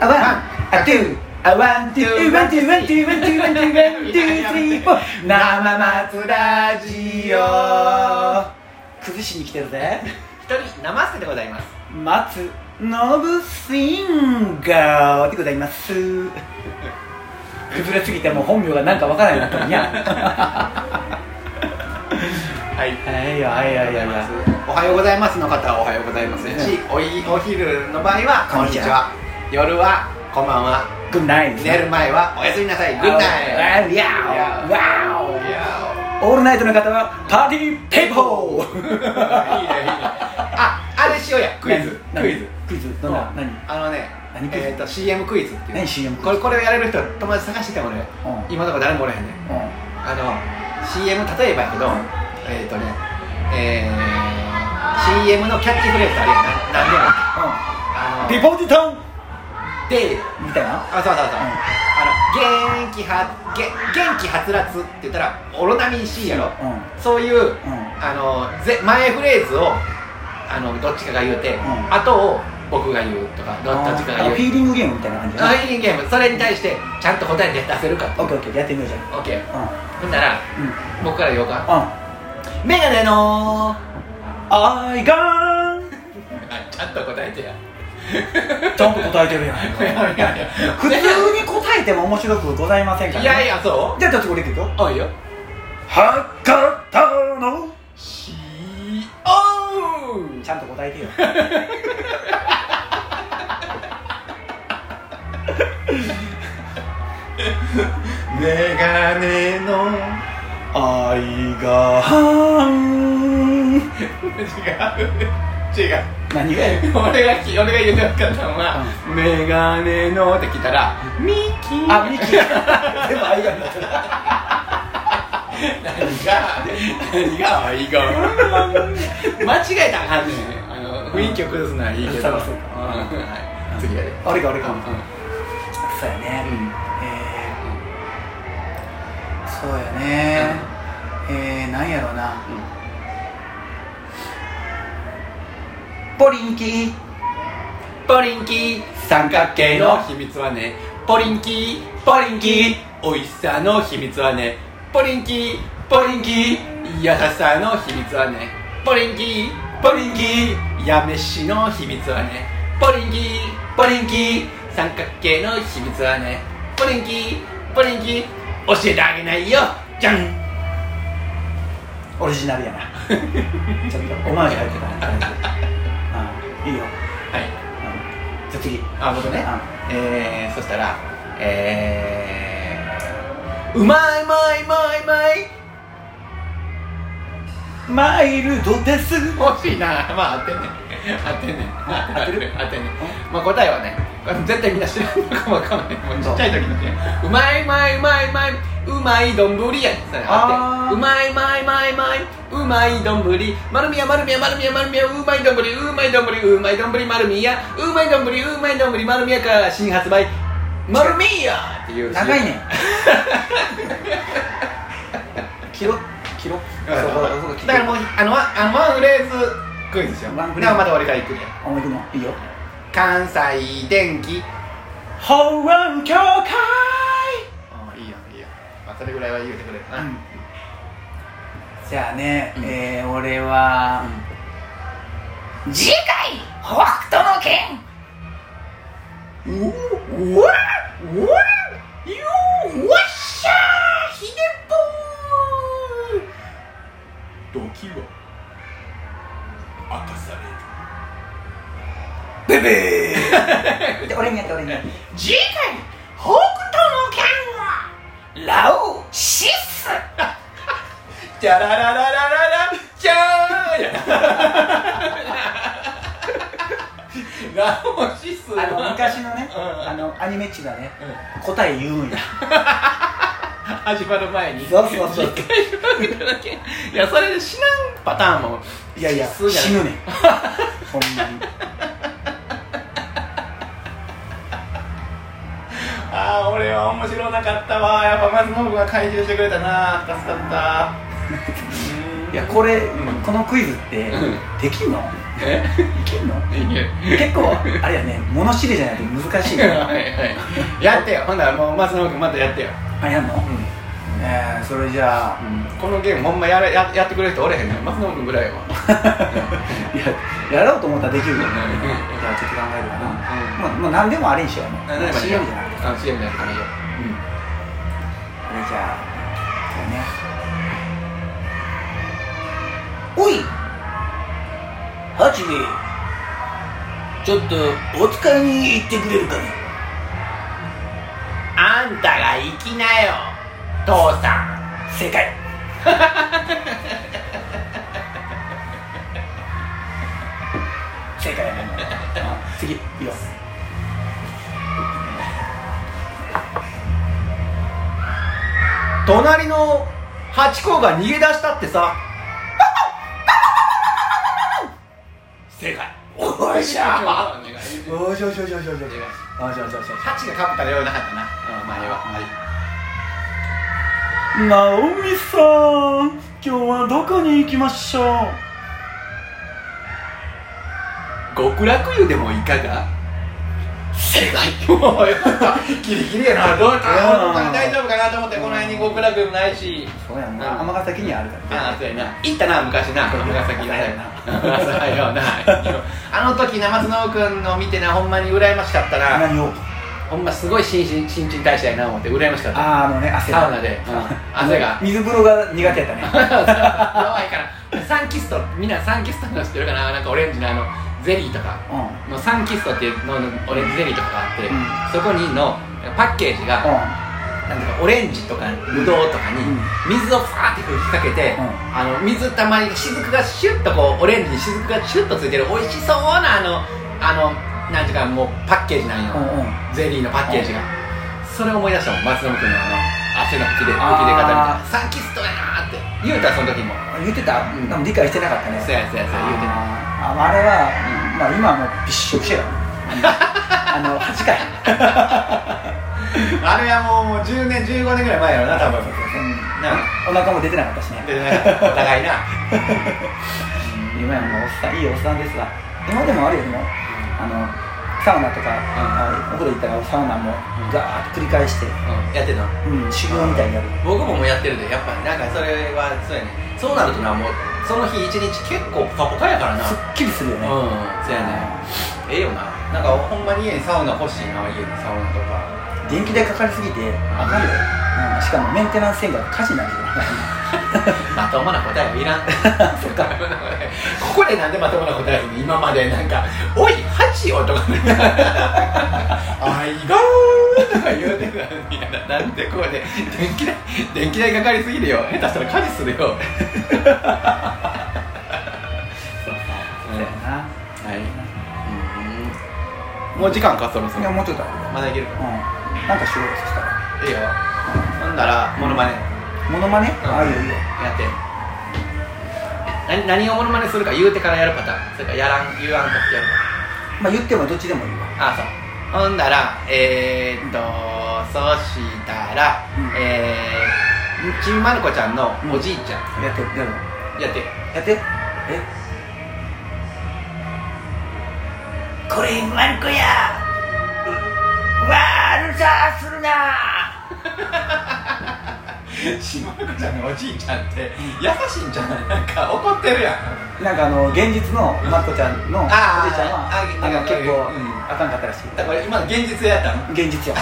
あワン、あトゥー、あワン、トゥー、ワン、トゥー、ワン、トゥー、ワン、トゥー、ワン、トゥー、ワン、トゥー、スリー、フォー。生松ラジオ。崩しに来てるぜ。一人生瀬でございます松ノブシンガーでございます。崩れすぎてもう本名がなんかわからないなったにゃ。はいはいよ、はいよ、はいよ、はいよ。おはようございますの方はおはようございますし、おいお昼の場合はこんにちは夜はこんばんはグッナイ寝る前はおやすみなさいグッナイ。イ Yeah わお。いやオールナイトの方はパーティーペーポーいいねいいねああれしようやクイズクイズクイズどんな何あのね何クイズえっと CM クイズっていう何 CM クイズこれこれをやれる人友達探しててもねうんうん今のところ誰もおらへんねんあの CM 例えばやけど、えっ、とね、えー、CM のキャッチフレーズあれやな何でピもいいあのポジトンでみたいなあそうそうそう、んあの元気はげ元気はつらつって言ったらオロナミン C やろ、うんそういう、うんあのぜ前フレーズをあのどっちかが言うて、んあとを僕が言うとかどどっちかあがフィ言うーリングゲームみたいな感じだあねいいゲームそれに対してちゃんと答えて出せるかオッケーオッケーやってみようじゃ OK んほんならうんうん僕から言おうかうんメガネのアイガンあちゃんと答えてや。ちゃんと答えてるやんいやいや普通に答えても面白くございませんから いやいやや、そじゃあちょっとこれいくようおいよ。博多のしおうちゃんと答えてよメガネの。アイガン違う。違う。何がや俺がき、俺が言うてなかったのは、メガネのって聞いたら、ミキあ、ミキ。全部アイガンだった。何が、何が、いいか。間違えたらあかんねん。あの、雰囲気を崩すのはいいけど。そうそううんはい次やで。あれか、あれうかん。そうやね。うんえーそうやね。えー、なんやろうな。ポリンキー。ポリンキー三角形の秘密はねポリンキーポリンキー美味しさの秘密はねポリンキーポリンキー優しさの秘密はねポリンキーポリンキーやめしの秘密はねポリンキーポリンキー三角形の秘密はねポリンキーポリンキー教えてあげないよじゃんオリジナルや な。ちょっとオマージュ入ってたねだいぶ。あいいよ。はいうんじゃあ次。あ僕ね、えー、そしたらえー、うまいうまいうまいうまいマイルドです。惜しいなまあ当てんねん当てんねん当てる当てんねんまあ答えはねこれ絶対みんな知らんのかもわかんないもうちっちゃい時のねうまいうまいうまいうまいうまい丼やねんそれあーあってうまいうまいうまいうまいうまい丼丸みや丸みや丸みや丸みやうまい丼うまい丼うまい丼丸みやうまい丼うまい丼丸みやから新発売丸みやっていう長いねん。 切ろ、切ろ。そだこそこ切からもろ。うあのワンあのワンフレーズクイズしようワンフレーズではまた俺からいくねあ、もう行くのいいよ。関西電気保安協会ああいいやいいや、まあ、それぐらいは言うてくれるな、うんじゃあね、うんえー俺は、次回北斗の拳うおうわうわようわっしゃーひでぽー時は明かされるベベーで俺にやって俺にやって次回北斗の拳はラオウシスチャララララララチャーや ラオウシスあの昔のね、うんあのアニメ地がね、う答え言うんや始まる前にそうそうそう次回北斗の拳いやそれで死なんパターンもいやいやシスじゃない死ぬ ねんほんまにああ俺は面白なかったわやっぱ松信が回収してくれたな助かったいやこれ、うんこのクイズって、うんできんのえいけんのいける結構あれやね物知りじゃないと難しいはいねはいやってよほんならもう松野君またやってよ、あやんのえー、それじゃあこのゲームほんまやれややってくれる人おれへんねん松野君ぐらいはややろうと思ったらできるよねうんじゃあちょっと考えるかうんな、もうもう何でもあれにしようねな何 CM じゃなくてあ CM じゃなくてもいいよそれじゃあそうねおいハチビちょっとお使いに行ってくれるかねあんたが行きなよ父さ正解正解やねうん次いいよん隣のハチ公が逃げ出したってさ正解おいしょお願いおいしょおいしょおいしょおいしょおいしょおいしょおいしょおいしょハチがかぶったらようなかったなうん前ははいなおみさん今日はどこに行きましょう極楽湯でもいかが正解もうやったギリギリやなどううんか大丈夫かなと思ってこの辺に極楽湯もないしそうやんなな尼崎にあるからああそうやな行ったな昔なこの紫朝だやよな朝やなあの時な松野君の見てなほんまに羨ましかったな何をほんますごい新陳新陳代謝やな思って羨ましかったあーあのね汗がサウナでうん汗が水風呂が苦手やったね弱いからサンキストみんなサンキストの知ってるかななんかオレンジのあのゼリーとかうんのサンキストっていうののオレンジゼリーとかがあって、うんそこにのパッケージが、なんていうかオレンジとかブドウとかにうん水をファーって吹きかけて、うんあの水たまに雫がシュッとこうオレンジに雫がシュッとついてる美味しそうなあのあのなんていうかもうパッケージなんよ、うんうんうんゼリーのパッケージが、それを思い出したもん松野君のあの汗の吹きで吹き出方みたあいなサンキストやなーって言うたらその時も言ってたうんでも理解してなかったねそうやそうやそうや言うてなあーあれはまあ今はもうびっしょびしょやわあ の8回あれはもうもう10年15年ぐらい前やろな多分うんなあお腹も出てなかったしねでねお互いな 今やもうおっさんいいおっさんですわ今でもあるよでもあのサウナとか、あお風呂行ったらサウナもガーッと繰り返して、やってんのうん、修行みたいになる僕ももうやってるでやっぱなんかそれはそうやねそうなるとなもうその日一日結構ポカポカやからなすっうきりするよね、んそうやねええよななんかほんまに家にサウナ欲しいな家にサウナとか電気代かかりすぎてあかんよ、うん、しかもメンテナンス線が火事にな るよまともな答えはいらんそっかここでなんでまともな答えに今までなんか「おいハチよ」とかね「あいがー」とか言うてたのにななんでこれで電気代電気代かかりすぎるよ下手したら火事するよはそうやな、いもう時間かそろそいやろもうちょっとあるよ、まだいけるうかん、なんかしようとしたらいいよほんならモノマネモノマネ、んああいいよいいよやって何何をモノマネするか言うてからやるパターンそれからやらん言わんとやるまあ言ってもどっちでもいいわパターンあそうほんならえー、っとそしたら、うんえー、ちびまる子ちゃんのおじいちゃん、やってやるわやってや ってえこれマルコや悪さするなちびまる子ちゃんのおじいちゃんって優しいんじゃないなんか怒ってるやんなんかあの現実のマッコちゃんのおじいちゃんあーあはあなのんか結構うんあかんかったらしいだから今の現実やったの現実 よ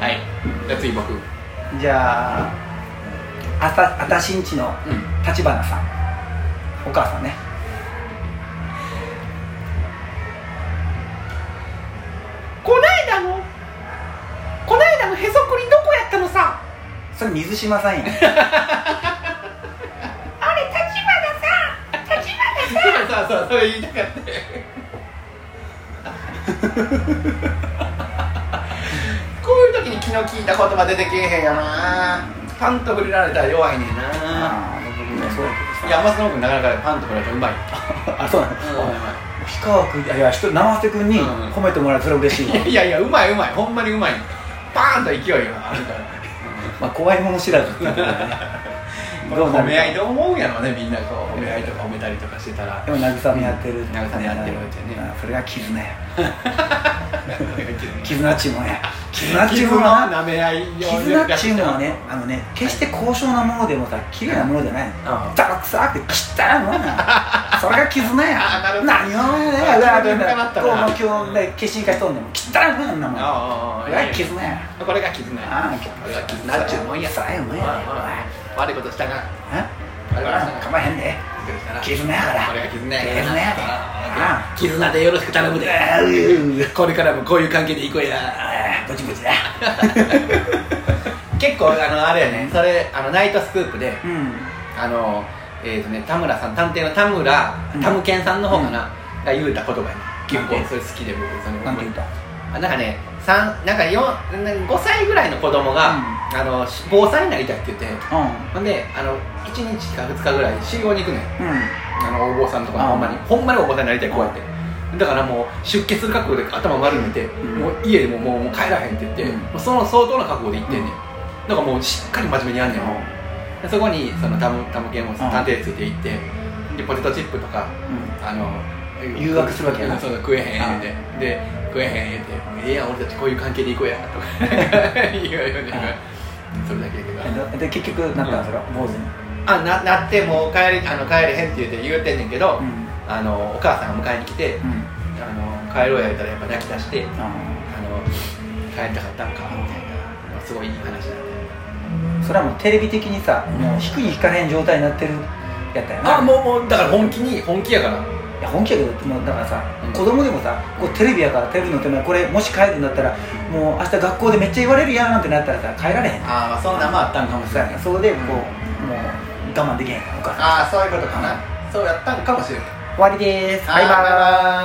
はいじゃあ次僕うんうんじゃああたあたしんちの立花さんお母さんねこないだのこないだのへそくりどこやったのさそれ水島 さんやんあれ立花さん立花さんそうそうそれ言いたかったよこういう時に気の利いた言葉出てけえへんよなパンと振られたら弱いねんなあー僕もそうやいや松野君なかなかパンと振られたらうまいけどさあそうなうのまい、うまい氷川君いやいや人生瀬君にうん褒めてもらえたらそれ嬉しいわ いやいやうまいうまいほんまにうまいパーンと勢いがあるから まあ怖いもの知らずっていうことだねこれどうなるか褒め合いと思うやろねみんなこう褒め合いとか褒めたりとかしてたらでも慰め合ってるうん慰め合ってるわけねうんそれが絆や絆絆っちゅうもんや絆っちゅうもん絆はなめ合いを絆っちゅうのはねあのね決して高尚なものでもさ綺麗なものじゃないのあだらくさくて汚いもんなそれが絆やあなるほど何をねあうわみちょっとん深まなったこなうもう今日ね決心化しとんでも汚いもんやんなもんあああこあれがいいね絆やこれが絆やああこれが絆っちゅうもんやさえもんやまあまあ悪いことしたなうんうんかまへんで悪いことしたな絆やからこれが絆や絆やでああ絆でよろしく頼むでああううこれからもこういう関係でいこうやああぼちぼちだ結構あのあれやねそれあのナイトスクープでうんあのえっ、とね田村さん探偵の田村うん田無健さんの方かな、が言うた言葉やね結なん構てそれ好きで僕そのなんて言うたあなんかね三なんか四なんか5歳ぐらいの子供が、あのし防災になりたいって言ってうんほんであの1日か2日ぐらい修行に行くねんうんあのお坊さんとかあほんまにほんまにお坊さんになりたいこうやってだからもう出家する覚悟で頭丸めて、んもう家でももうもう帰らへんって言って、うんもうその相当な覚悟で行ってんねん、だからもうしっかり真面目にやんねんもうでそこにそのタムタムケンも探偵ついて行って、でポテトチップとかうんあの誘惑するわけやなそうそう食えへん言うてで食えへん言うて「いや俺たちこういう関係で行こうや」 とか言うよねそれだけやけどえでで結局なったんそれ坊主にあななってもう帰りあの帰れへんって言うて言うてんねんけど、うんあのお母さんが迎えに来て、うんあの帰ろうや言ったらやっぱ泣き出してあああの帰りたかったんかみたいなすごいいい話だったよそれはもうテレビ的にさもう引くに引かへん状態になってるやったよなあもうもうだから本気に本気やからいや本気やけどもうだからさ、うん子供でもさこうテレビやからテレビの手前これもし帰るんだったらもう明日学校でめっちゃ言われるやんなんてなったらさ帰られへんああまあそんなんもあったんかもしそうれやないねそれでこう、もう我慢できへんお母さんああそういうことかなそうやったんかもしれない終わりでーすバイバーイバイ